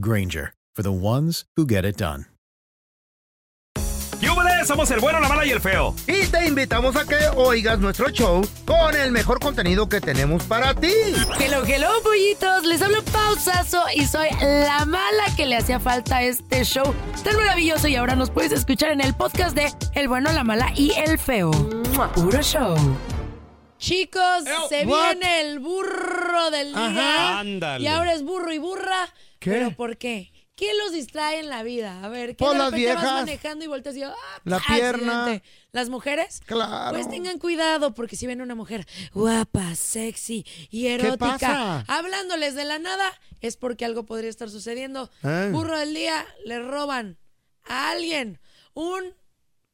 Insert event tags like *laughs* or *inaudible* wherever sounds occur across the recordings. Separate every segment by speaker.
Speaker 1: Granger, for the ones who get it done.
Speaker 2: ¡Yúbele! Somos el bueno, la mala y el feo.
Speaker 3: Y te invitamos a que oigas nuestro show con el mejor contenido que tenemos para ti.
Speaker 4: Hello, hello, pollitos. Les hablo pausazo y soy la mala que le hacía falta a este show tan maravilloso. Y ahora nos puedes escuchar en el podcast de El bueno, la mala y el feo. Puro show. Chicos, se
Speaker 3: what?
Speaker 4: viene el burro del día.
Speaker 3: Ajá.
Speaker 2: Ándale.
Speaker 4: Y ahora es burro y burra.
Speaker 3: ¿Qué?
Speaker 4: ¿Pero por qué? ¿Qué los distrae en la vida? A ver, ¿qué
Speaker 3: Pues
Speaker 4: de
Speaker 3: las
Speaker 4: repente vas
Speaker 3: viejas.
Speaker 4: manejando y volteas y ah,
Speaker 3: La pierna.
Speaker 4: accidente? ¿Las mujeres?
Speaker 3: Claro.
Speaker 4: Pues tengan cuidado porque si ven una mujer guapa, sexy y
Speaker 3: pasa?
Speaker 4: erótica hablándoles de la nada, es porque algo podría estar sucediendo.
Speaker 3: Ah.
Speaker 4: Burro del día, le roban a alguien un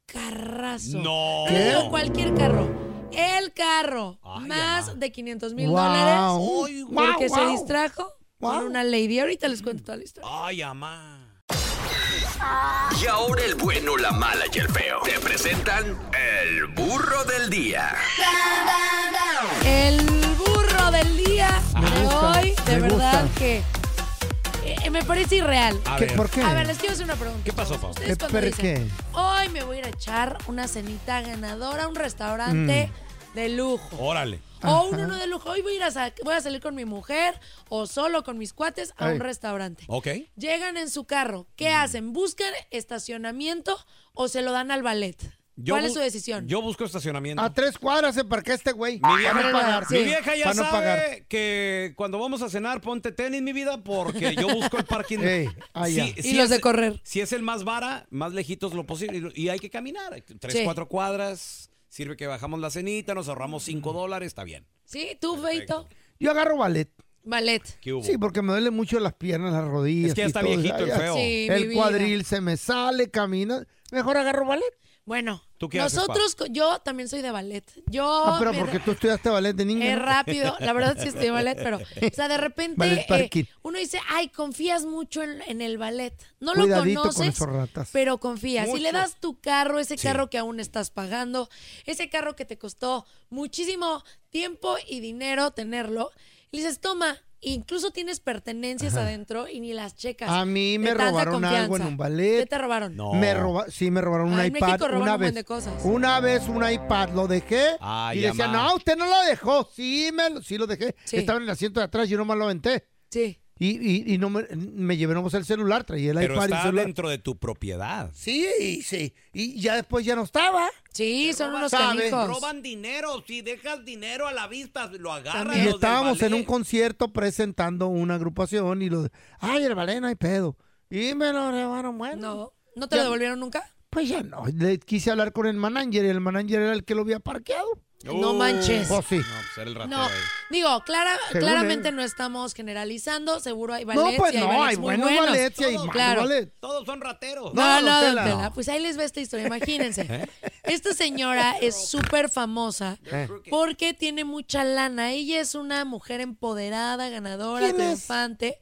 Speaker 4: carrazo.
Speaker 2: No.
Speaker 4: No
Speaker 2: ¿Qué?
Speaker 4: digo cualquier carro. El carro,
Speaker 2: Ay,
Speaker 4: más
Speaker 2: ama.
Speaker 4: de 500 mil
Speaker 3: Wow. Uy,
Speaker 4: dólares,
Speaker 3: guau,
Speaker 4: porque se
Speaker 3: guau.
Speaker 4: distrajo
Speaker 3: Guau.
Speaker 4: con una lady. Ahorita les cuento toda la historia.
Speaker 2: Ay, amá.
Speaker 5: Y ahora el bueno, la mala y el feo. Te presentan el burro del día.
Speaker 4: El burro del día de
Speaker 3: gusta,
Speaker 4: hoy, de
Speaker 3: me
Speaker 4: verdad
Speaker 3: gusta.
Speaker 4: que eh, me parece irreal.
Speaker 2: A
Speaker 3: ¿Qué-
Speaker 2: ver.
Speaker 3: ¿Por qué?
Speaker 4: A ver, les quiero hacer una pregunta.
Speaker 2: ¿Qué pasó, Pau?
Speaker 4: ¿Ustedes
Speaker 3: ¿Qué
Speaker 4: cuando
Speaker 3: per-
Speaker 4: dicen, hoy me voy a ir a echar una cenita ganadora a un restaurante
Speaker 3: Mm.
Speaker 4: de lujo?
Speaker 2: Órale.
Speaker 4: O uno no de lujo, hoy voy a, ir a sa- voy a salir con mi mujer o solo con mis cuates a
Speaker 3: Ay.
Speaker 4: un restaurante.
Speaker 2: Ok.
Speaker 4: Llegan en su carro, ¿qué
Speaker 3: Mm.
Speaker 4: hacen? ¿Buscan estacionamiento o se lo dan al ballet?
Speaker 2: Yo
Speaker 4: ¿Cuál es
Speaker 2: bu-
Speaker 4: su decisión? Ah,
Speaker 2: Yo busco estacionamiento.
Speaker 3: A tres cuadras se parquea este güey.
Speaker 2: Mi
Speaker 3: Para
Speaker 2: vieja-
Speaker 3: no pagar.
Speaker 4: sí.
Speaker 2: Mi vieja ya
Speaker 3: Para no
Speaker 2: sabe
Speaker 3: pagar.
Speaker 2: que cuando vamos a cenar ponte tenis, mi vida, porque yo busco el
Speaker 4: *laughs*
Speaker 2: parking.
Speaker 3: Ey, ah, ya.
Speaker 4: Y los
Speaker 2: es-
Speaker 4: de correr.
Speaker 2: Si es el más vara, más lejitos lo posible. Y y hay que caminar. Tres,
Speaker 4: Sí.
Speaker 2: cuatro cuadras. Sirve que bajamos la cenita, nos ahorramos cinco dólares, está bien.
Speaker 4: Sí, tú,
Speaker 2: Perfecto.
Speaker 4: Feito.
Speaker 3: Yo agarro ballet.
Speaker 4: Ballet.
Speaker 2: ¿Qué hubo?
Speaker 3: Sí, porque me duelen mucho las piernas, las rodillas.
Speaker 2: Es que ya
Speaker 3: y
Speaker 2: está
Speaker 3: todo.
Speaker 2: viejito el
Speaker 3: Ya-
Speaker 2: feo.
Speaker 4: Sí, mi
Speaker 3: El
Speaker 4: vida.
Speaker 3: cuadril se me sale, camina. Mejor agarro ballet.
Speaker 4: Bueno,
Speaker 2: ¿Tú qué haces,
Speaker 4: nosotros, co- yo también soy de ballet. Yo.
Speaker 3: Ah, pero
Speaker 4: me-
Speaker 3: porque tú estudiaste ballet de niño.
Speaker 4: Oh, Es
Speaker 3: ¿no?
Speaker 4: rápido, la verdad sí estoy ballet, pero, o sea, de repente
Speaker 3: Ballet
Speaker 4: eh,
Speaker 3: parking.
Speaker 4: uno dice, ay, confías mucho en, en el ballet. No
Speaker 3: Cuidadito
Speaker 4: lo
Speaker 3: con
Speaker 4: conoces,
Speaker 3: esos ratas.
Speaker 4: pero confías. Si le
Speaker 2: Mucho.
Speaker 4: das tu carro, ese
Speaker 2: Sí.
Speaker 4: carro que aún estás pagando, ese carro que te costó muchísimo tiempo y dinero tenerlo, y le dices, toma, incluso tienes pertenencias adentro y ni las checas.
Speaker 3: A mí
Speaker 4: De
Speaker 3: me
Speaker 4: tanta
Speaker 3: robaron algo
Speaker 4: confianza.
Speaker 3: en un ballet.
Speaker 4: ¿Qué te robaron?
Speaker 2: No.
Speaker 3: Me roba, sí, me robaron un
Speaker 4: Ah, en
Speaker 3: iPad.
Speaker 4: México roban
Speaker 3: una
Speaker 4: un
Speaker 3: vez,
Speaker 4: buen de cosas.
Speaker 3: Una vez un iPad lo dejé
Speaker 2: Ay,
Speaker 3: y decía,
Speaker 2: amá.
Speaker 3: no, usted no lo dejó. Sí, me lo, sí lo dejé.
Speaker 4: Sí.
Speaker 3: Estaba en el asiento de atrás, yo nomás lo aventé.
Speaker 4: Sí.
Speaker 3: Y, y, y no me, me llevamos el celular, traía el
Speaker 2: Pero
Speaker 3: iPad y el
Speaker 2: está
Speaker 3: celular.
Speaker 2: dentro de tu propiedad.
Speaker 3: Sí, y, sí. Y ya después ya no estaba.
Speaker 4: Sí, son unos
Speaker 3: sabe,
Speaker 4: canijos.
Speaker 2: Roban dinero, si dejas dinero a la vista, lo agarran.
Speaker 4: También.
Speaker 3: Y
Speaker 2: los del
Speaker 3: estábamos en
Speaker 2: ballet.
Speaker 3: un concierto presentando una agrupación y lo de, ay, el ballet no hay pedo. Y me lo llevaron, bueno.
Speaker 4: No, ¿no te lo
Speaker 3: Ya-
Speaker 4: devolvieron nunca?
Speaker 3: Pues ya no. Le quise hablar con el manager y el manager era el que lo había parqueado.
Speaker 4: No manches.
Speaker 3: Pues sí.
Speaker 2: No, pues era el ratero
Speaker 4: No,
Speaker 2: ahí.
Speaker 4: digo, clara,
Speaker 3: Según
Speaker 4: claramente
Speaker 3: él.
Speaker 4: no estamos generalizando, seguro hay
Speaker 3: No,
Speaker 4: ballets
Speaker 3: pues
Speaker 4: y hay
Speaker 3: no,
Speaker 4: ballets
Speaker 3: hay
Speaker 4: muy
Speaker 3: buenos
Speaker 4: buenos.
Speaker 3: ballets y hay malos
Speaker 4: claro.
Speaker 3: ballets.
Speaker 2: Todos son rateros.
Speaker 4: No,
Speaker 3: No, ¿Eh?
Speaker 4: no,
Speaker 3: don
Speaker 4: don
Speaker 3: Tela.
Speaker 4: Tela, Pues ahí les va esta
Speaker 3: *laughs*
Speaker 4: historia, imagínense. Esta señora es súper famosa
Speaker 3: Eh.
Speaker 4: porque tiene mucha lana. Ella es una mujer empoderada, ganadora,
Speaker 3: ¿Quién es?
Speaker 4: triunfante.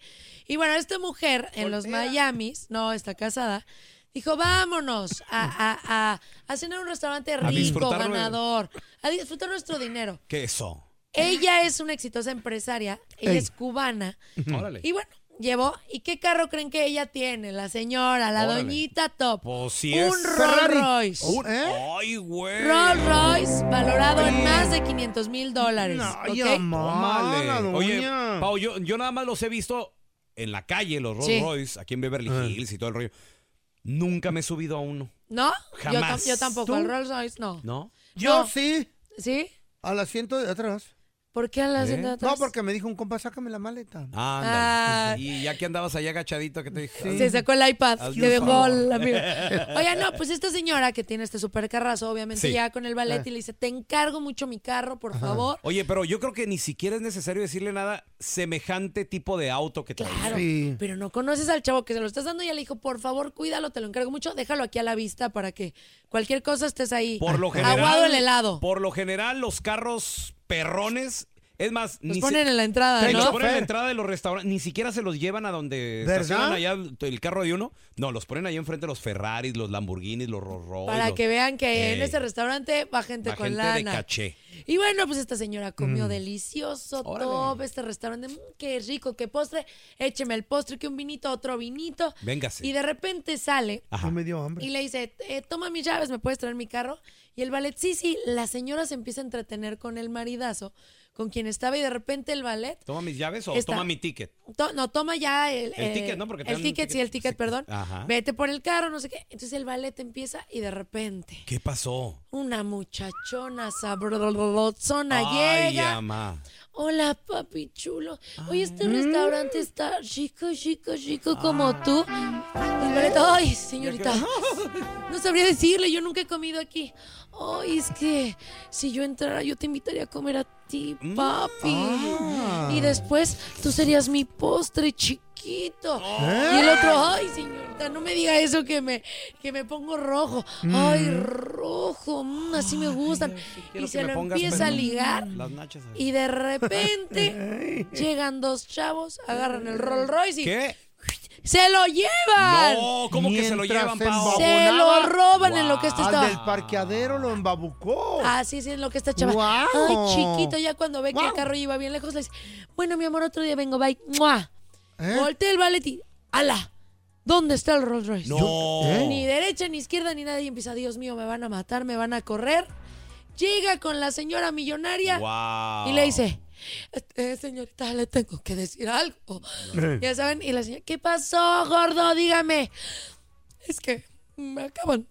Speaker 4: Y bueno, esta mujer en los Miamis, no, está casada, Dijo, vámonos a, a- a- a cenar a un restaurante rico,
Speaker 2: disfrutar nue-
Speaker 4: ganador, a disfrutar nuestro dinero.
Speaker 2: ¿Qué eso?
Speaker 4: Ella es una exitosa empresaria, ella
Speaker 3: Ey.
Speaker 4: es cubana.
Speaker 3: Mm.
Speaker 2: Órale.
Speaker 4: Y bueno, llevó. ¿Y qué carro creen que ella tiene? La señora, la
Speaker 2: Órale.
Speaker 4: doñita top.
Speaker 2: Pues sí
Speaker 4: un
Speaker 2: es.
Speaker 4: Rolls
Speaker 3: Ferrari.
Speaker 4: Royce.
Speaker 2: Oh,
Speaker 3: Un- ¿Eh?
Speaker 2: Ay, güey.
Speaker 4: Rolls Royce valorado en más de 500 mil dólares.
Speaker 3: No,
Speaker 4: ¿ok?
Speaker 3: ya, ma,
Speaker 2: Tómale.
Speaker 3: la doña.
Speaker 2: Oye, Pau, yo, yo nada más los he visto en la calle, los Rolls
Speaker 4: Sí.
Speaker 2: Royce, aquí en Beverly
Speaker 3: Ah.
Speaker 2: Hills y todo el rollo. Nunca me he subido a uno,
Speaker 4: ¿No? Yo, tam-
Speaker 2: Jamás.
Speaker 4: yo tampoco.
Speaker 2: ¿Tú?
Speaker 4: El Rolls Royce no.
Speaker 2: ¿no?
Speaker 3: Yo
Speaker 4: No.
Speaker 3: sí,
Speaker 4: ¿Sí?
Speaker 3: al asiento de atrás.
Speaker 4: ¿Por qué la
Speaker 2: ¿Eh?
Speaker 4: hacen de atrás?
Speaker 3: No, porque me dijo un compa, sácame la maleta.
Speaker 2: Ándale.
Speaker 4: Ah.
Speaker 2: Y ya que andabas allá agachadito, ¿qué te dije?
Speaker 4: Se sacó el iPad,
Speaker 2: Hazme
Speaker 4: le
Speaker 2: un
Speaker 4: dejó
Speaker 2: favor. *laughs*
Speaker 4: la mía. Oye, no, pues esta señora que tiene este super carrazo, obviamente
Speaker 2: Sí. Ah.
Speaker 4: ya con el ballet, y le dice, te encargo mucho mi carro, por favor.
Speaker 2: Oye, pero yo creo que ni siquiera es necesario decirle nada semejante tipo de auto que traes.
Speaker 4: Claro,
Speaker 3: Sí.
Speaker 4: pero no conoces al chavo que se lo estás dando y ya le dijo, por favor, cuídalo, te lo encargo mucho, déjalo aquí a la vista para que cualquier cosa estés ahí.
Speaker 2: Por lo general.
Speaker 4: Aguado el helado.
Speaker 2: Por lo general, los carros perrones. Es más,
Speaker 4: Los
Speaker 2: ni
Speaker 4: ponen
Speaker 2: se-
Speaker 4: en la entrada,
Speaker 2: Sí,
Speaker 3: Tengo
Speaker 2: los
Speaker 4: ¿no?
Speaker 2: ponen en la
Speaker 3: Fer.
Speaker 2: entrada de los restaurantes, ni siquiera se los llevan a donde
Speaker 3: ¿Verdad?
Speaker 2: estacionan allá el el carro de uno. No, los ponen ahí enfrente los Ferraris, los Lamborghinis, los Rolls Royce.
Speaker 4: Para
Speaker 2: los-
Speaker 4: que vean que en
Speaker 2: Ey.
Speaker 4: este restaurante va gente
Speaker 2: Va
Speaker 4: con
Speaker 2: gente de
Speaker 4: lana.
Speaker 2: caché.
Speaker 4: Y bueno, pues esta señora
Speaker 3: Mm.
Speaker 4: comió delicioso,
Speaker 2: Órale.
Speaker 4: top, este restaurante, mm, qué rico, qué postre, écheme el postre, que un vinito, otro vinito.
Speaker 2: Véngase.
Speaker 4: Y de repente sale
Speaker 2: Ajá.
Speaker 3: No me dio hambre.
Speaker 4: y le dice, eh, toma mis llaves, ¿me puedes traer mi carro? Y el ballet, sí, sí, la señora se empieza a entretener con el maridazo, con quien estaba, y de repente el ballet,
Speaker 2: ¿Toma mis llaves o
Speaker 4: Está.
Speaker 2: toma mi ticket?
Speaker 4: to- no, toma ya el, eh,
Speaker 2: El ticket, ¿no? Porque te
Speaker 4: el
Speaker 2: dan un
Speaker 4: ticket, sí,
Speaker 2: ticket.
Speaker 4: el ticket,
Speaker 2: Sí.
Speaker 4: perdón.
Speaker 2: Ajá.
Speaker 4: Vete por el carro, no sé qué. Entonces el ballet empieza y de repente...
Speaker 2: ¿Qué pasó?
Speaker 4: Una muchachona sabrosona
Speaker 2: Ay,
Speaker 4: llega.
Speaker 2: ama.
Speaker 4: Hola, papi chulo.
Speaker 2: Ah.
Speaker 4: Oye, este restaurante está rico, rico, rico como
Speaker 2: Ah.
Speaker 4: tú. El ballet, Ay, señorita. *laughs* No sabría decirle, yo nunca he comido aquí. Ay, es que si yo entrara, yo te invitaría a comer a ti,
Speaker 2: Mm.
Speaker 4: papi.
Speaker 2: Ah.
Speaker 4: Y después tú serías mi postre chiquito. Y el otro,
Speaker 2: ¿Eh?
Speaker 4: ay, señorita, no me diga eso que me, que me pongo rojo. Ay,
Speaker 2: Mm.
Speaker 4: rojo, mm, así me gustan.
Speaker 2: Quiero
Speaker 4: y
Speaker 2: que
Speaker 4: se
Speaker 2: me
Speaker 4: lo
Speaker 2: pongas,
Speaker 4: empieza
Speaker 2: pero
Speaker 4: a ligar.
Speaker 2: Las nachas. ahí.
Speaker 4: Y de
Speaker 3: *laughs*
Speaker 4: repente llegan dos chavos, agarran el Rolls Royce y
Speaker 2: ¿Qué?
Speaker 4: se lo llevan.
Speaker 2: No, ¿cómo que se lo
Speaker 3: Mientras
Speaker 2: llevan,
Speaker 3: se
Speaker 2: Pau?
Speaker 3: embobó.
Speaker 4: Se lo
Speaker 3: abonaba.
Speaker 4: roban en lo que esto
Speaker 3: Al
Speaker 4: estaba.
Speaker 3: del parqueadero lo embabucó.
Speaker 4: Así es en lo que está chava.
Speaker 3: ¡Guau!
Speaker 4: Ay, chiquito, ya cuando ve que el
Speaker 3: ¡Guau!
Speaker 4: carro iba bien lejos, le dice, bueno, mi amor, otro día vengo, bye. ¡Mua!
Speaker 3: ¿Eh?
Speaker 4: Voltea el ballet y, ala, ¿dónde está el Rolls Royce?
Speaker 2: No.
Speaker 4: ¿eh? Ni derecha, ni izquierda, ni nadie empieza, Dios mío, me van a matar, me van a correr. Llega con la señora millonaria
Speaker 2: Wow.
Speaker 4: y le dice, "Eh, señorita, le tengo que decir algo. Ya saben, y la señora, ¿qué pasó, gordo? Dígame. Es que me acaban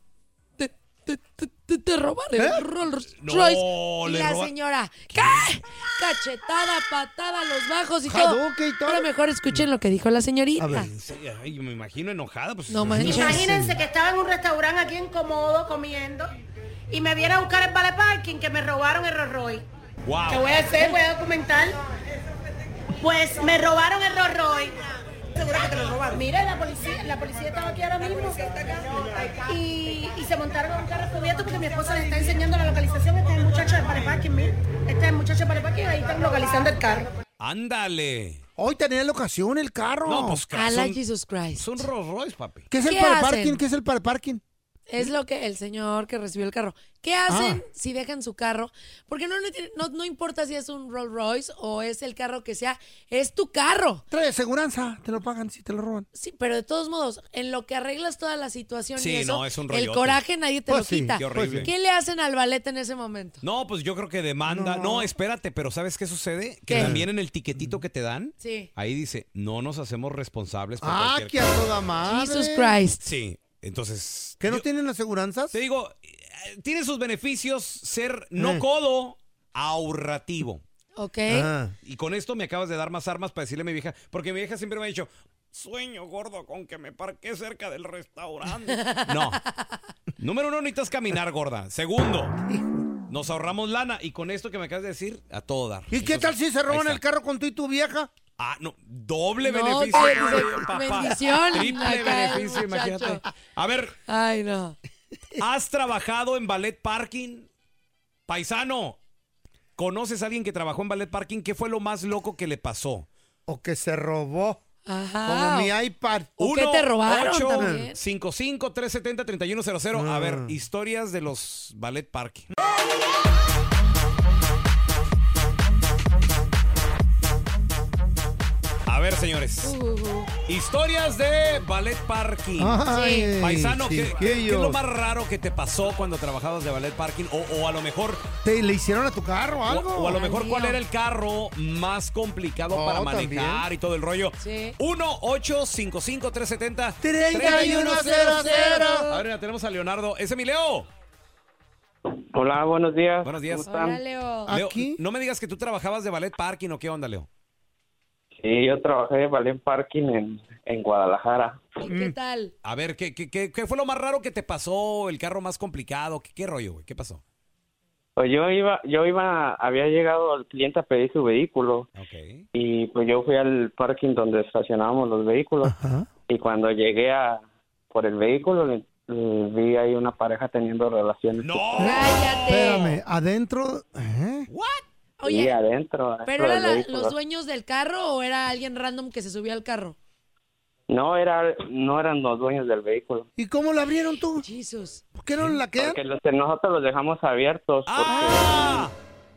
Speaker 4: de, de- de- de- de robar el Rolls
Speaker 2: ¿Eh? No,
Speaker 4: Royce. y
Speaker 2: le
Speaker 4: la
Speaker 2: roba-
Speaker 4: señora, ¿qué? Cachetada, patada, los bajos y todo.
Speaker 3: Hadouken y todo.
Speaker 4: Pero mejor escuchen lo que dijo la señorita.
Speaker 2: En serio, ay, yo me imagino enojada. Pues,
Speaker 4: No manches.
Speaker 6: Imagínense que estaba en un restaurante aquí en Comodo comiendo y me viene a buscar el ballet parking que me robaron el Rolls Royce.
Speaker 2: Wow.
Speaker 6: ¿Qué voy a hacer? Voy a documentar. Pues me robaron el Rolls Royce. ¿Segura que te lo robaron? Mira, la policía, la policía estaba aquí ahora mismo. Y, y se montaron en un carro cubierto porque mi esposa les está enseñando la localización. Este es el muchacho de ballet parking, mira. Este es el muchacho de ballet parking, ahí están localizando el carro.
Speaker 2: Ándale.
Speaker 3: Hoy tenía la ocasión el carro.
Speaker 2: No, pues ca-
Speaker 4: Ala
Speaker 2: son,
Speaker 4: Jesus Christ.
Speaker 2: son Rolls Royce, papi.
Speaker 3: ¿Qué es el
Speaker 4: ¿Qué
Speaker 3: para
Speaker 4: hacen?
Speaker 3: parking? ¿Qué es el para parking?
Speaker 4: Es lo que el señor que recibió el carro. ¿Qué hacen
Speaker 2: Ah.
Speaker 4: si dejan su carro? Porque no, le tiene- no, no importa si es un Rolls Royce o es el carro que sea, es tu carro.
Speaker 3: Trae seguranza, te lo pagan si te lo roban.
Speaker 4: Sí, pero de todos modos, en lo que arreglas toda la situación y
Speaker 2: Sí,
Speaker 4: eso,
Speaker 2: no, es un
Speaker 4: el
Speaker 2: rollote.
Speaker 4: coraje nadie te
Speaker 3: Pues
Speaker 4: lo
Speaker 3: sí,
Speaker 4: quita.
Speaker 2: qué horrible.
Speaker 4: ¿Qué le hacen al ballet en ese momento?
Speaker 2: No, pues yo creo que demanda. No, espérate, pero ¿sabes qué sucede? Que
Speaker 4: ¿Qué?
Speaker 2: también en el tiquetito que te dan,
Speaker 4: Sí.
Speaker 2: ahí dice, no nos hacemos responsables por
Speaker 3: Ah,
Speaker 2: cualquier
Speaker 3: que a toda madre.
Speaker 4: Jesus Christ.
Speaker 2: Sí, entonces...
Speaker 3: ¿Que no
Speaker 2: yo-
Speaker 3: tienen aseguranzas?
Speaker 2: Te digo, eh, tiene sus beneficios ser no codo, ahorrativo.
Speaker 4: ¿Ok?
Speaker 3: Ah.
Speaker 2: Y con esto me acabas de dar más armas para decirle a mi vieja, porque mi vieja siempre me ha dicho, sueño gordo con que me parqué cerca del
Speaker 4: *laughs*
Speaker 2: restaurante. No. Número uno, necesitas caminar, gorda. Segundo, nos ahorramos lana. Y con esto que me acabas de decir, a todo dar.
Speaker 3: ¿Y qué tal si se roban
Speaker 2: ahí
Speaker 3: el
Speaker 2: está.
Speaker 3: carro con tú y tu vieja?
Speaker 2: Ah, no, doble
Speaker 4: No,
Speaker 2: beneficio.
Speaker 4: doble
Speaker 2: Ay,
Speaker 4: bendición.
Speaker 2: Triple
Speaker 4: Acá el
Speaker 2: beneficio,
Speaker 4: muchacho.
Speaker 2: imagínate. A ver,
Speaker 4: Ay, no.
Speaker 2: ¿Has trabajado en ballet parking? Paisano, ¿conoces a alguien que trabajó en ballet parking? ¿Qué fue lo más loco que le pasó?
Speaker 3: ¿O que se robó?
Speaker 4: Ajá.
Speaker 3: Como mi iPad.
Speaker 4: Ah, ¿O qué te robaron también?
Speaker 2: 55 370 3100 A
Speaker 3: Ah.
Speaker 2: ver, historias de los ballet parque. A ver,
Speaker 4: Uh,
Speaker 2: señores. Historias de ballet parking.
Speaker 3: Ay,
Speaker 2: Paisano, ¿qué, qué es
Speaker 3: chiquillos.
Speaker 2: lo más raro que te pasó cuando trabajabas de ballet parking? O, o a lo mejor,
Speaker 3: ¿Te le hicieron a tu carro
Speaker 2: o,
Speaker 3: algo?
Speaker 2: o a lo mejor, ¿cuál
Speaker 4: mío.
Speaker 2: era el carro más complicado
Speaker 3: Oh,
Speaker 2: para manejar
Speaker 3: también.
Speaker 2: y todo el rollo?
Speaker 4: Sí.
Speaker 2: 1 855 370
Speaker 3: 3100.
Speaker 2: Ahora ya tenemos a Leonardo. Ese es mi Leo.
Speaker 7: Hola, buenos días.
Speaker 2: Buenos días.
Speaker 7: ¿Cómo están?
Speaker 4: Hola, Leo.
Speaker 3: Ah.
Speaker 2: Leo,
Speaker 3: Aquí.
Speaker 2: No me digas que tú trabajabas de ballet parking o qué onda, Leo.
Speaker 7: Sí, yo trabajé de ballet parking en, en Guadalajara.
Speaker 4: ¿Y
Speaker 2: Mm.
Speaker 4: ¿Qué tal?
Speaker 2: A ver, ¿qué, qué, qué, qué fue lo más raro que te pasó? ¿El carro más complicado? ¿Qué, qué rollo, güey? ¿Qué pasó?
Speaker 7: Pues yo iba, yo iba, había llegado al cliente a pedir su vehículo
Speaker 2: Ok.
Speaker 7: y pues yo fui al parking donde estacionábamos los vehículos
Speaker 3: Ajá.
Speaker 7: y cuando llegué a por el vehículo le- le vi ahí una pareja teniendo relaciones
Speaker 2: ¡No!
Speaker 4: Cállate.
Speaker 3: Espérame, adentro. ¿eh?
Speaker 7: y
Speaker 4: Oye,
Speaker 7: adentro, adentro
Speaker 4: ¿pero eran
Speaker 7: del
Speaker 4: la-
Speaker 7: vehículo.
Speaker 4: los dueños del carro o era alguien random que se subía al carro?
Speaker 7: No era, no eran los dueños del vehículo.
Speaker 3: ¿Y cómo la abrieron tú?
Speaker 4: Jesus.
Speaker 3: ¿Por qué no la quedan?
Speaker 7: Porque los, nosotros los dejamos abiertos. porque-
Speaker 2: ¡Ah!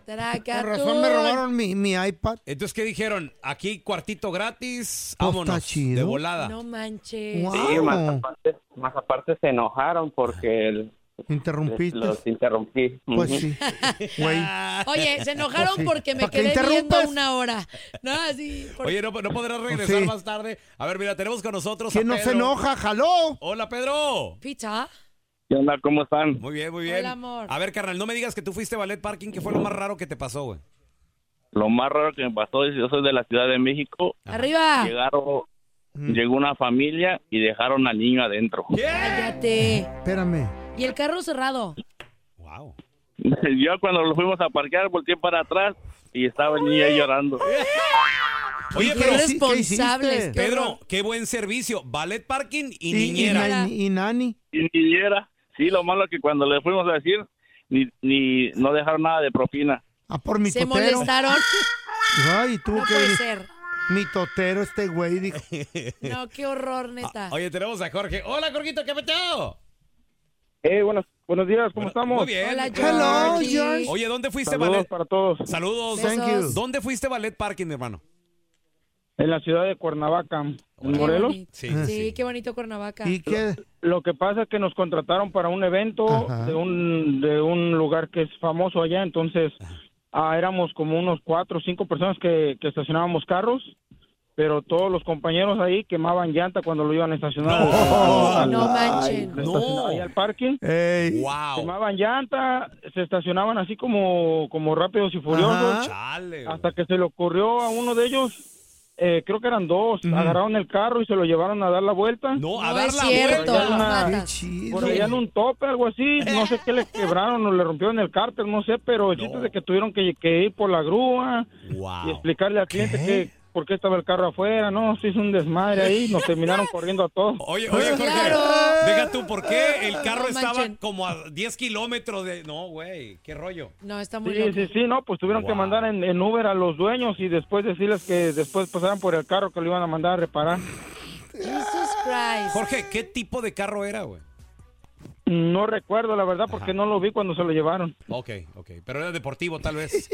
Speaker 4: Traca.
Speaker 3: Con razón me robaron mi, mi iPad.
Speaker 2: Entonces, ¿qué dijeron? Aquí cuartito gratis,
Speaker 3: Pues,
Speaker 2: vámonos.
Speaker 3: está chido.
Speaker 2: De volada.
Speaker 4: No manches.
Speaker 3: Guau.
Speaker 7: Sí, más
Speaker 3: Ah.
Speaker 7: aparte, más aparte se enojaron porque el-
Speaker 3: Interrumpiste.
Speaker 7: los interrumpí.
Speaker 3: Pues
Speaker 7: Ujú.
Speaker 2: *laughs*
Speaker 3: sí. Güey.
Speaker 2: Ah,
Speaker 4: Oye, se enojaron
Speaker 3: Pues sí.
Speaker 4: porque me
Speaker 3: ¿Para qué
Speaker 4: quedé viendo
Speaker 3: interrumpes?
Speaker 4: una hora. No, así. por-
Speaker 2: Oye, ¿no, no podrás regresar
Speaker 3: Sí.
Speaker 2: más tarde? A ver, mira, tenemos con nosotros a
Speaker 3: ¿Quién no se
Speaker 2: Pedro.
Speaker 3: enoja? ¡Jaló!
Speaker 2: Hola, Pedro.
Speaker 4: Pizza.
Speaker 7: ¿Qué onda? ¿Cómo están?
Speaker 2: Muy bien, muy bien.
Speaker 4: Hola, amor.
Speaker 2: A ver, carnal, no me digas que tú fuiste ballet parking, que fue lo más raro que te pasó, güey.
Speaker 7: Lo más raro que me pasó es yo soy de la Ciudad de México.
Speaker 3: Ah.
Speaker 4: Arriba.
Speaker 7: Llegaron,
Speaker 3: Mm.
Speaker 7: llegó una familia y dejaron al niño adentro.
Speaker 4: Cállate.
Speaker 3: Espérame.
Speaker 4: Y el carro cerrado.
Speaker 2: Wow.
Speaker 7: *laughs* Yo cuando lo fuimos a parquear volteé para atrás y estaba el niño ahí llorando.
Speaker 2: Oye,
Speaker 3: ¿Qué
Speaker 2: pero
Speaker 3: hiciste?
Speaker 4: responsables, qué
Speaker 2: Pedro,
Speaker 4: horror.
Speaker 2: qué buen servicio. Ballet parking y,
Speaker 3: Y, y,
Speaker 2: niñera.
Speaker 3: na- y Nani.
Speaker 7: Y ni era. Sí, lo malo que cuando le fuimos a decir, ni, ni no dejaron nada de propina.
Speaker 3: A por mi
Speaker 4: Se
Speaker 3: totero.
Speaker 2: *laughs*
Speaker 4: molestaron.
Speaker 3: Ay, tú
Speaker 4: No
Speaker 3: qué
Speaker 4: puede
Speaker 3: dices?
Speaker 4: ser.
Speaker 3: Mi totero este
Speaker 4: *laughs*
Speaker 3: güey dijo.
Speaker 2: *laughs*
Speaker 4: No, qué horror, neta.
Speaker 2: Ah, Oye, tenemos a Jorge. Hola, Jorgito, ¿qué ha metido?
Speaker 7: Eh, buenos, buenos días, ¿cómo
Speaker 2: Muy bien.
Speaker 4: Hola,
Speaker 3: Hello,
Speaker 4: Georgie.
Speaker 3: George.
Speaker 2: Oye, ¿dónde fuiste
Speaker 3: ¿eh?
Speaker 2: ballet?
Speaker 7: para todos.
Speaker 2: Saludos.
Speaker 4: Besos.
Speaker 3: Thank you.
Speaker 2: ¿Dónde fuiste ballet parking, mi hermano?
Speaker 7: En la ciudad de Cuernavaca,
Speaker 4: Qué
Speaker 7: en
Speaker 4: bonito.
Speaker 2: Sí,
Speaker 4: Sí,
Speaker 2: sí,
Speaker 4: qué bonito Cuernavaca.
Speaker 3: ¿Y qué?
Speaker 7: Lo que pasa es que nos contrataron para un evento
Speaker 3: Ajá.
Speaker 7: de un de un lugar que es famoso allá, entonces ah, éramos como unos cuatro o cinco personas que, que estacionábamos carros, pero todos los compañeros ahí quemaban llanta cuando lo iban a estacionar. al-
Speaker 4: No
Speaker 7: al-
Speaker 4: manchen.
Speaker 7: al- estacionar Ahí al parking.
Speaker 3: Ey.
Speaker 2: Wow.
Speaker 7: Quemaban llanta, se estacionaban así como, como rápidos y furiosos,
Speaker 2: Chale. güey.
Speaker 7: hasta que se le ocurrió a uno de ellos, eh, creo que eran dos, agarraron el carro y se lo llevaron a dar la vuelta.
Speaker 2: No, a
Speaker 4: No
Speaker 2: dar
Speaker 4: es
Speaker 2: la
Speaker 4: cierto.
Speaker 2: vuelta.
Speaker 4: los
Speaker 7: Una-
Speaker 3: Qué
Speaker 4: matas.
Speaker 3: chido.
Speaker 7: Por allá en un tope, algo así. No sé qué le quebraron o le rompieron el cárter, no sé, pero el chiste
Speaker 2: No.
Speaker 7: es de que tuvieron que, que ir por la grúa y
Speaker 2: Wow.
Speaker 7: explicarle al cliente que por qué estaba el carro afuera. No, se hizo un desmadre ahí. Nos terminaron corriendo a todos.
Speaker 2: Oye, oye, Jorge,
Speaker 4: Claro.
Speaker 2: deja tú, ¿por qué el carro
Speaker 4: No
Speaker 2: estaba
Speaker 4: manchen.
Speaker 2: como a 10 kilómetros de... No, güey, qué rollo.
Speaker 4: No, está muy
Speaker 7: Sí,
Speaker 4: loco.
Speaker 7: sí, sí, no, pues tuvieron que
Speaker 2: Wow.
Speaker 7: mandar en, en Uber a los dueños y después decirles que después pasaran por el carro que lo iban a mandar a reparar.
Speaker 4: Jesus Christ.
Speaker 2: Jorge, ¿qué tipo de carro era, güey?
Speaker 7: No recuerdo, la verdad, porque no lo vi cuando se lo llevaron.
Speaker 2: Ok, ok. Pero era deportivo, tal vez.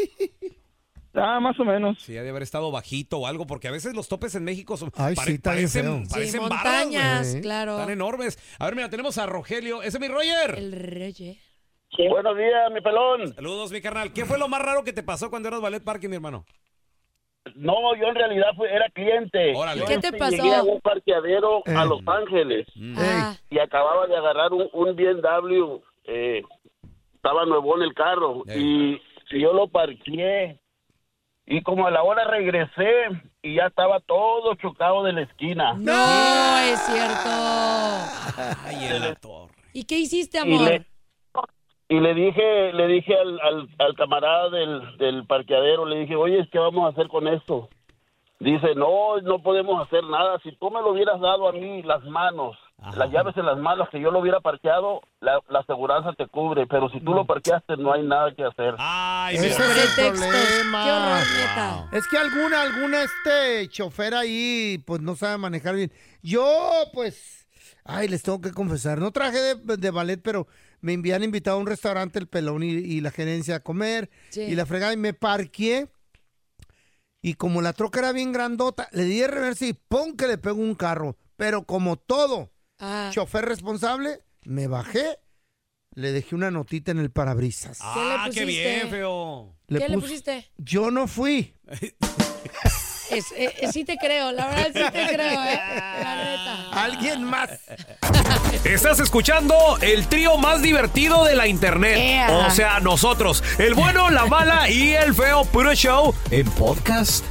Speaker 7: Ah, más o menos.
Speaker 2: Sí, ha de haber estado bajito o algo, porque a veces los topes en México son...
Speaker 3: Ay, sí, está bien
Speaker 2: parecen,
Speaker 3: feo.
Speaker 4: Sí,
Speaker 2: parecen barras, güey.
Speaker 4: montañas,
Speaker 3: güey.
Speaker 4: claro.
Speaker 2: Están enormes. A ver, mira, tenemos a Rogelio. Ese es mi Roger.
Speaker 4: El rey.
Speaker 7: Buenos días, mi pelón.
Speaker 2: Saludos, mi carnal. ¿Qué fue lo más raro que te pasó cuando eras ballet parking, mi hermano?
Speaker 7: No, yo en realidad era cliente.
Speaker 2: Órale.
Speaker 4: ¿Qué te
Speaker 7: Llegué a
Speaker 4: pasó?
Speaker 7: un parqueadero a
Speaker 3: Eh.
Speaker 7: Los Ángeles
Speaker 2: Mm.
Speaker 4: Ah,
Speaker 7: y acababa de agarrar un, un BMW. eh, estaba nuevo en el carro
Speaker 2: Ey.
Speaker 7: y, y yo lo parqué. Y como a la hora regresé y ya estaba todo chocado de la esquina.
Speaker 4: no, es cierto.
Speaker 2: Ay, en la torre.
Speaker 4: ¿Y qué hiciste,
Speaker 7: Y
Speaker 4: amor?
Speaker 7: le, y le dije le dije al, al, al camarada del, del parqueadero, le dije, oye, ¿qué vamos a hacer con esto?
Speaker 8: Dice, no, no podemos hacer nada. Si tú me lo hubieras dado a mí, las manos, las llaves en las manos, que yo lo hubiera parqueado, la, la aseguranza te cubre. Pero si tú lo parqueaste, no hay nada que hacer.
Speaker 3: Ese es el problema. Es que alguna, alguna este chofer ahí, pues no sabe manejar bien. Yo, pues, ay, les tengo que confesar, no traje de, de ballet, pero me habían invitado a un restaurante el pelón y, y la gerencia a comer
Speaker 9: Sí.
Speaker 3: y la fregada y me parqué. Y como la troca era bien grandota, le di el reversa y pon que le pego un carro. Pero como todo,
Speaker 4: Ah.
Speaker 3: chofer responsable, me bajé, le dejé una notita en el parabrisas.
Speaker 2: Ah, qué bien, feo.
Speaker 4: ¿Qué le
Speaker 3: puse,
Speaker 4: pusiste?
Speaker 3: Yo no fui.
Speaker 4: Es- eh, eh, sí te creo, la verdad sí te creo, ¿eh? La neta.
Speaker 2: Ah,
Speaker 3: Alguien más.
Speaker 10: Estás escuchando el trío más divertido de la internet.
Speaker 4: Ea.
Speaker 10: O sea, nosotros. El bueno, la mala y el feo puro show en podcast.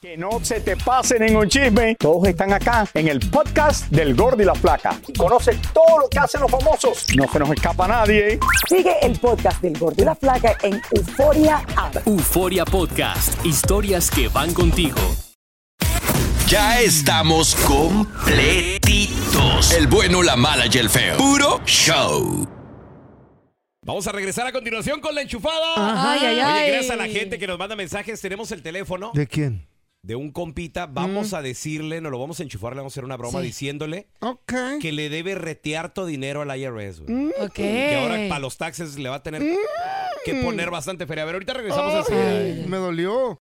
Speaker 11: Que no se te pase ningún chisme. Todos están acá en el podcast del Gordi y la Flaca. Conoce todo lo que hacen los famosos. No se nos escapa nadie. Sigue el podcast del Gordi y la Flaca en Euforia
Speaker 12: Euforia Podcast, historias que van contigo.
Speaker 5: Ya estamos completitos. El bueno, la mala y el feo. Puro show.
Speaker 2: Vamos a regresar a continuación con la enchufada.
Speaker 4: Ah.
Speaker 3: Ajá. Ay, ay, ay.
Speaker 2: Oye, gracias a la gente que nos manda mensajes. Tenemos el teléfono
Speaker 3: ¿De quién?
Speaker 2: de un compita. Vamos a decirle, nos lo vamos a enchufar, le vamos a hacer una broma
Speaker 3: Sí.
Speaker 2: diciéndole
Speaker 3: Ok.
Speaker 2: que le debe retear todo dinero al IRS. güey.
Speaker 4: Ok.
Speaker 2: Que ahora para los taxes le va a tener que poner bastante feria. A ver, ahorita regresamos
Speaker 3: Ay,
Speaker 2: enseguida.
Speaker 3: Me dolió.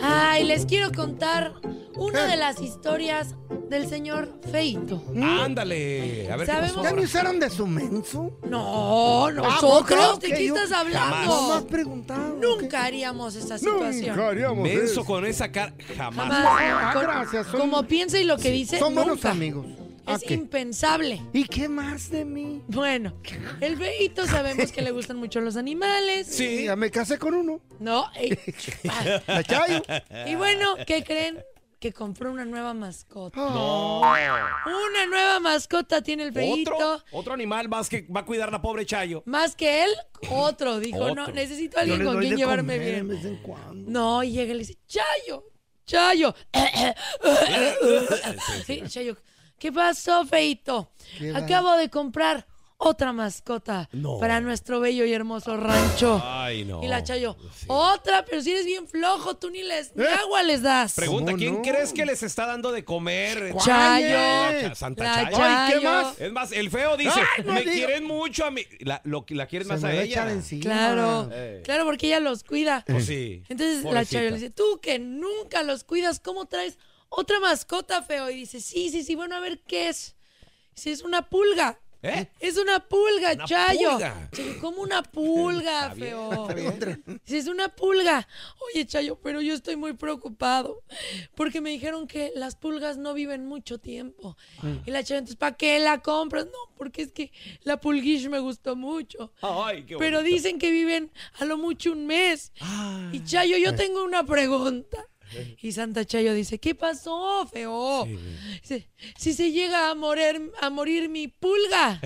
Speaker 4: Ay, les quiero contar una de las historias del señor Feito.
Speaker 2: Ándale. A ver, ¿qué
Speaker 4: Sabemos-
Speaker 2: pasó
Speaker 3: ¿Ya
Speaker 2: ahora?
Speaker 3: me usaron de su menso? Ah,
Speaker 4: No,
Speaker 3: creo
Speaker 4: nosotros, ¿de
Speaker 3: Ah, que
Speaker 4: qué
Speaker 3: yo-
Speaker 4: estás
Speaker 2: Jamás.
Speaker 4: hablando?
Speaker 2: Nomás
Speaker 4: Nunca haríamos esa situación.
Speaker 2: Menso con esa cara. Jamás.
Speaker 4: Jamás.
Speaker 3: Ah,
Speaker 4: Con-
Speaker 3: gracias, son-
Speaker 4: Como piensa y lo que dice,
Speaker 3: Son buenos
Speaker 4: nunca.
Speaker 3: amigos.
Speaker 4: Es
Speaker 3: Ok.
Speaker 4: impensable.
Speaker 3: ¿Y qué más de mí?
Speaker 4: Bueno, el feito sabemos que le gustan mucho los animales.
Speaker 3: Sí, ya me casé con uno.
Speaker 4: No. eh,
Speaker 3: La Chayo.
Speaker 4: y bueno, ¿qué creen? Que compró una nueva mascota.
Speaker 2: No.
Speaker 4: Una nueva mascota tiene el feito.
Speaker 2: Otro, otro animal más que va a cuidar la pobre Chayo.
Speaker 4: Más que él, otro. Dijo, no,
Speaker 2: Otro.
Speaker 4: necesito
Speaker 2: Yo
Speaker 4: alguien
Speaker 2: le
Speaker 4: con
Speaker 2: doy
Speaker 4: quien
Speaker 2: de
Speaker 4: llevarme
Speaker 2: comer
Speaker 4: bien.
Speaker 2: de vez
Speaker 4: No, y llega y le dice, Chayo,
Speaker 2: *laughs*
Speaker 4: Chayo. Sí, Chayo. ¿Qué pasó, Feito?
Speaker 9: ¿Qué va?
Speaker 4: Acabo de comprar otra mascota
Speaker 9: No.
Speaker 4: para nuestro bello y hermoso rancho.
Speaker 2: Ay, Ah, no. pues
Speaker 4: Y la Chayo, otra, pero si eres bien flojo, tú ni, les, ni agua les das.
Speaker 2: Pregunta, ¿quién crees que les está dando de comer?
Speaker 4: ¿Cuál?
Speaker 2: Chayo. Cha- Santa
Speaker 4: La
Speaker 2: Chayo.
Speaker 4: Ay, ¿qué Chayo. más?
Speaker 2: Es más, el feo dice,
Speaker 4: Ay, no
Speaker 2: me
Speaker 4: digo.
Speaker 2: quieren mucho a mí. La, lo, la quieres
Speaker 3: Se
Speaker 2: más
Speaker 3: me
Speaker 2: a
Speaker 3: va a
Speaker 2: ella.
Speaker 3: echar encima.
Speaker 4: Claro,
Speaker 3: *laughs*
Speaker 4: *laughs*
Speaker 2: Eh.
Speaker 4: claro, porque ella los cuida.
Speaker 2: Pues sí.
Speaker 4: Entonces la
Speaker 2: Pobrecita.
Speaker 4: Chayo le dice, tú que nunca los cuidas, ¿cómo traes otra mascota, feo? Y dice, sí, sí, sí, bueno, a ver qué es. Dice, es una pulga.
Speaker 2: ¿Eh?
Speaker 4: Es una pulga,
Speaker 2: Una
Speaker 4: Chayo.
Speaker 2: pulga.
Speaker 4: Chayo, ¿Cómo una
Speaker 2: *laughs*
Speaker 4: pulga,
Speaker 2: Está bien,
Speaker 4: feo? Dice, es una pulga. Oye, Chayo, pero yo estoy muy preocupado. Porque me dijeron que las pulgas no viven mucho tiempo.
Speaker 2: Ah.
Speaker 4: Y la Chayo, entonces, ¿para qué la compras? No, porque es que la pulguish me gustó mucho.
Speaker 2: Ay, qué
Speaker 4: Pero
Speaker 2: bonito.
Speaker 4: dicen que viven a lo mucho un mes. Y Chayo, yo tengo una pregunta.
Speaker 2: Eh.
Speaker 4: Y Santa Chayo dice, ¿qué pasó, feo? Dice, si se llega a morir, a morir mi pulga,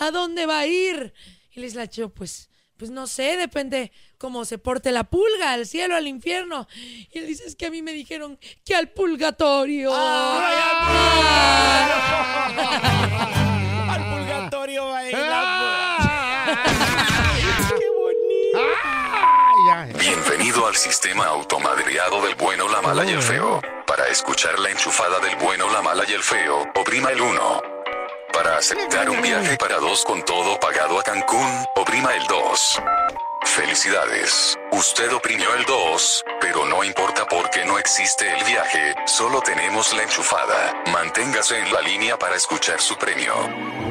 Speaker 4: ¿a dónde va a ir? Y les la Chayo, pues, pues no sé, depende cómo se porte la pulga, al cielo, al infierno. Y él dice, es que a mí me dijeron que al purgatorio. Ah.
Speaker 2: Al purgatorio va a ir
Speaker 13: Bienvenido al sistema automadreado del bueno, la mala y el feo. Para escuchar la enchufada del bueno, la mala y el feo, oprima el 1. Para aceptar un viaje para dos con todo pagado a Cancún, oprima el 2. Felicidades, usted oprimió el 2, pero no importa porque no existe el viaje, solo tenemos la enchufada. Manténgase en la línea para escuchar su premio.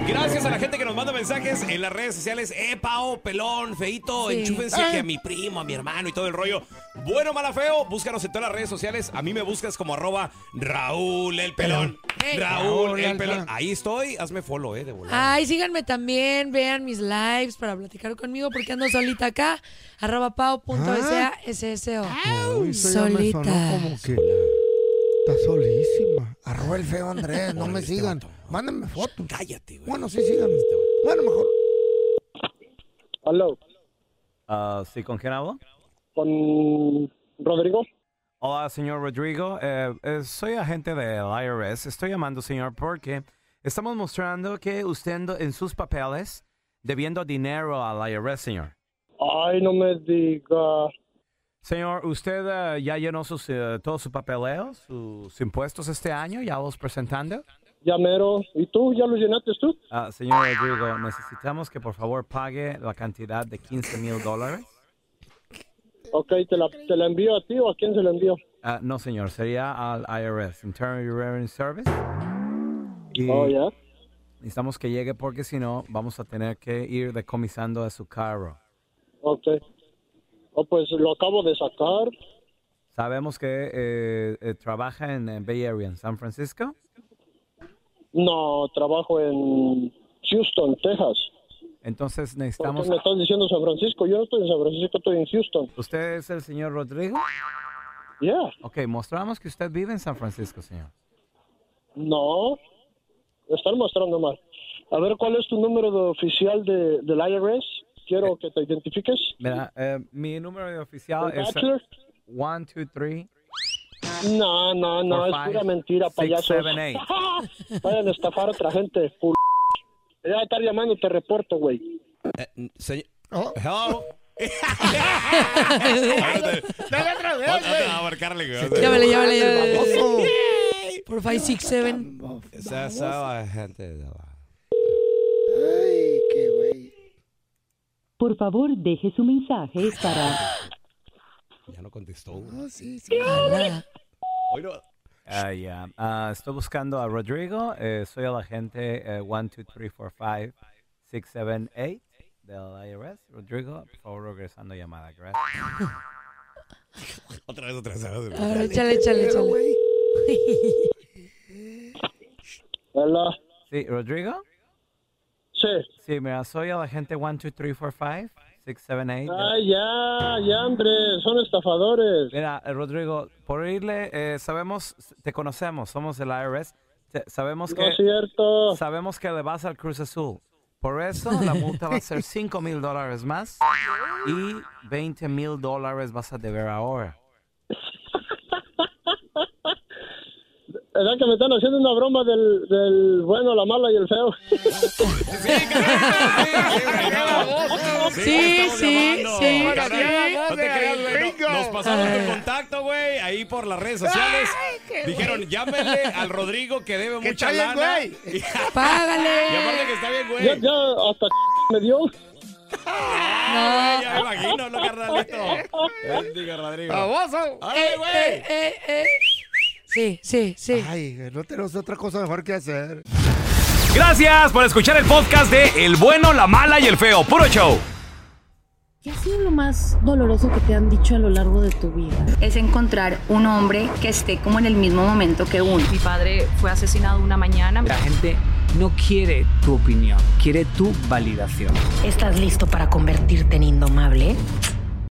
Speaker 2: Gracias a la gente que nos manda mensajes en las redes sociales. Eh, Pao, pelón, feito,
Speaker 4: Sí.
Speaker 2: enchúfense
Speaker 4: Eh.
Speaker 2: que a mi primo, a mi hermano y todo el rollo. Bueno, mala, feo, búscanos en todas las redes sociales. A mí me buscas como arroba Raúl el pelón.
Speaker 4: Ey.
Speaker 2: Raúl
Speaker 4: Raúl
Speaker 2: el
Speaker 4: el
Speaker 2: pelón.
Speaker 4: pelón.
Speaker 2: Ahí estoy, hazme follow, eh, de volada.
Speaker 4: Ay, síganme también, vean mis lives para platicar conmigo porque ando solita acá. Arroba pao.sasso.
Speaker 3: Ah.
Speaker 4: Solita.
Speaker 3: como que está solísima. Arroba el feo Andrés, no me sigan. Mándenme fotos.
Speaker 2: Cállate, güey.
Speaker 3: Bueno, sí, síganme. Bueno, mejor.
Speaker 7: Aló.
Speaker 2: Ah, sí, ¿con quién hablo?
Speaker 14: Con Rodrigo.
Speaker 2: Hola, señor Rodrigo. Eh, eh, soy agente del IRS. Estoy llamando, señor, porque estamos mostrando que usted en- en sus papeles debiendo dinero al IRS, señor.
Speaker 14: Ay, no me diga.
Speaker 2: Señor, ¿usted eh, ya llenó sus, eh, todos sus papeleos, sus impuestos este año? ¿Ya los presentando?
Speaker 14: Ya mero. ¿Y tú? ¿Ya lo llenaste tú?
Speaker 2: Ah, señor Rodrigo, necesitamos que por favor pague la cantidad de 15 mil dólares.
Speaker 14: Ok, ¿te la, te la envío a ti o a quién se la envío?
Speaker 2: Ah, no, señor, sería al IRS, Internal Revenue Service. Y
Speaker 14: Oh, ya.
Speaker 2: Necesitamos que llegue porque si no, vamos a tener que ir decomisando a su carro.
Speaker 14: Ok. Oh, pues lo acabo de sacar.
Speaker 2: Sabemos que eh, eh, trabaja en, eh, Bay Area, en San Francisco.
Speaker 14: No, trabajo en Houston, Texas.
Speaker 2: Entonces
Speaker 14: ¿Por
Speaker 2: necesitamos...
Speaker 14: qué me estás diciendo San Francisco? Yo no estoy en San Francisco, estoy en Houston.
Speaker 2: ¿Usted es el señor Rodrigo?
Speaker 14: Yeah.
Speaker 2: Ok, mostramos que usted vive en San Francisco, señor.
Speaker 14: No. Me Están mostrando mal. A ver, ¿cuál es tu número de oficial de, del IRS? Quiero que te identifiques.
Speaker 2: Mira, eh, mi número de oficial
Speaker 14: ¿Un
Speaker 2: es... eh,
Speaker 14: bachelor?
Speaker 2: 1, 2, 3,
Speaker 14: No, no, no,
Speaker 2: Four,
Speaker 14: es
Speaker 2: five,
Speaker 14: pura mentira,
Speaker 2: six,
Speaker 14: payaso.
Speaker 2: seven, eight.
Speaker 14: *laughs* Vayan a estafar a otra gente, culo. Te voy a estar llamando, te reporto, güey.
Speaker 3: Eh, Hello.
Speaker 15: Dale otra vez,
Speaker 3: Vamos
Speaker 15: güey.
Speaker 3: a abarcarle, güey.
Speaker 4: Llámale, llámale, llámale.
Speaker 15: Baboso.
Speaker 4: Por 567.
Speaker 3: Esa- esa gente de la-
Speaker 16: Por favor, deje su mensaje para...
Speaker 3: Ya no contestó. güey.
Speaker 2: Oye, no. Ah, ya. Ah, estoy buscando a Rodrigo. Eh, soy el agente 1, 2, 3, 4, 5, 6, 7, 8 del IRS. Rodrigo, por favor, regresando llamada. Gracias.
Speaker 3: Otra vez, otra vez. otra vez.
Speaker 4: A ver, échale, échale, échale.
Speaker 14: Hola.
Speaker 2: Sí, Rodrigo.
Speaker 14: Sí.
Speaker 2: Sí, mira, soy el agente 1, 2, 3, 4, 5, 6, 7, 8.
Speaker 14: Ay, ya, ya, hombre, son estafadores.
Speaker 2: Mira, eh, Rodrigo, por irle, eh, sabemos, te conocemos, somos el IRS. te- sabemos
Speaker 14: No
Speaker 2: que.
Speaker 14: es cierto.
Speaker 2: Sabemos que le vas al Cruz Azul. Por eso la multa va a ser 5 mil dólares más y 20 mil dólares vas a deber ahora.
Speaker 14: ¿Verdad que me están haciendo una broma del, del bueno, la mala y el feo?
Speaker 3: *laughs* Sí, sí, sí.
Speaker 4: sí.
Speaker 3: No te creas, güey.
Speaker 4: Bingo.
Speaker 3: No- Nos pasaron
Speaker 4: Ay.
Speaker 3: tu contacto, güey, ahí por las redes sociales. Dijeron, llámenle al Rodrigo que debe mucha
Speaker 15: está bien,
Speaker 3: lana. *laughs*
Speaker 15: güey.
Speaker 3: Y aparte que está bien, güey.
Speaker 14: Ya, ya, hasta me dio.
Speaker 3: Ah, güey, Ya me imagino, lo carnalito. *laughs* Bendiga, Rodrigo.
Speaker 4: Eh, eh, eh, eh. Sí, sí, sí.
Speaker 15: Ay, güey, no tenemos otra cosa mejor que hacer.
Speaker 17: Gracias por escuchar el podcast de El bueno, la mala y el feo. Puro show.
Speaker 18: ¿Qué ha sido lo más doloroso que te han dicho a lo largo de tu vida?
Speaker 19: es encontrar un hombre que esté como en el mismo momento que uno. Mi padre fue asesinado una mañana.
Speaker 20: La gente no quiere tu opinión, quiere tu validación.
Speaker 16: ¿Estás listo para convertirte en indomable?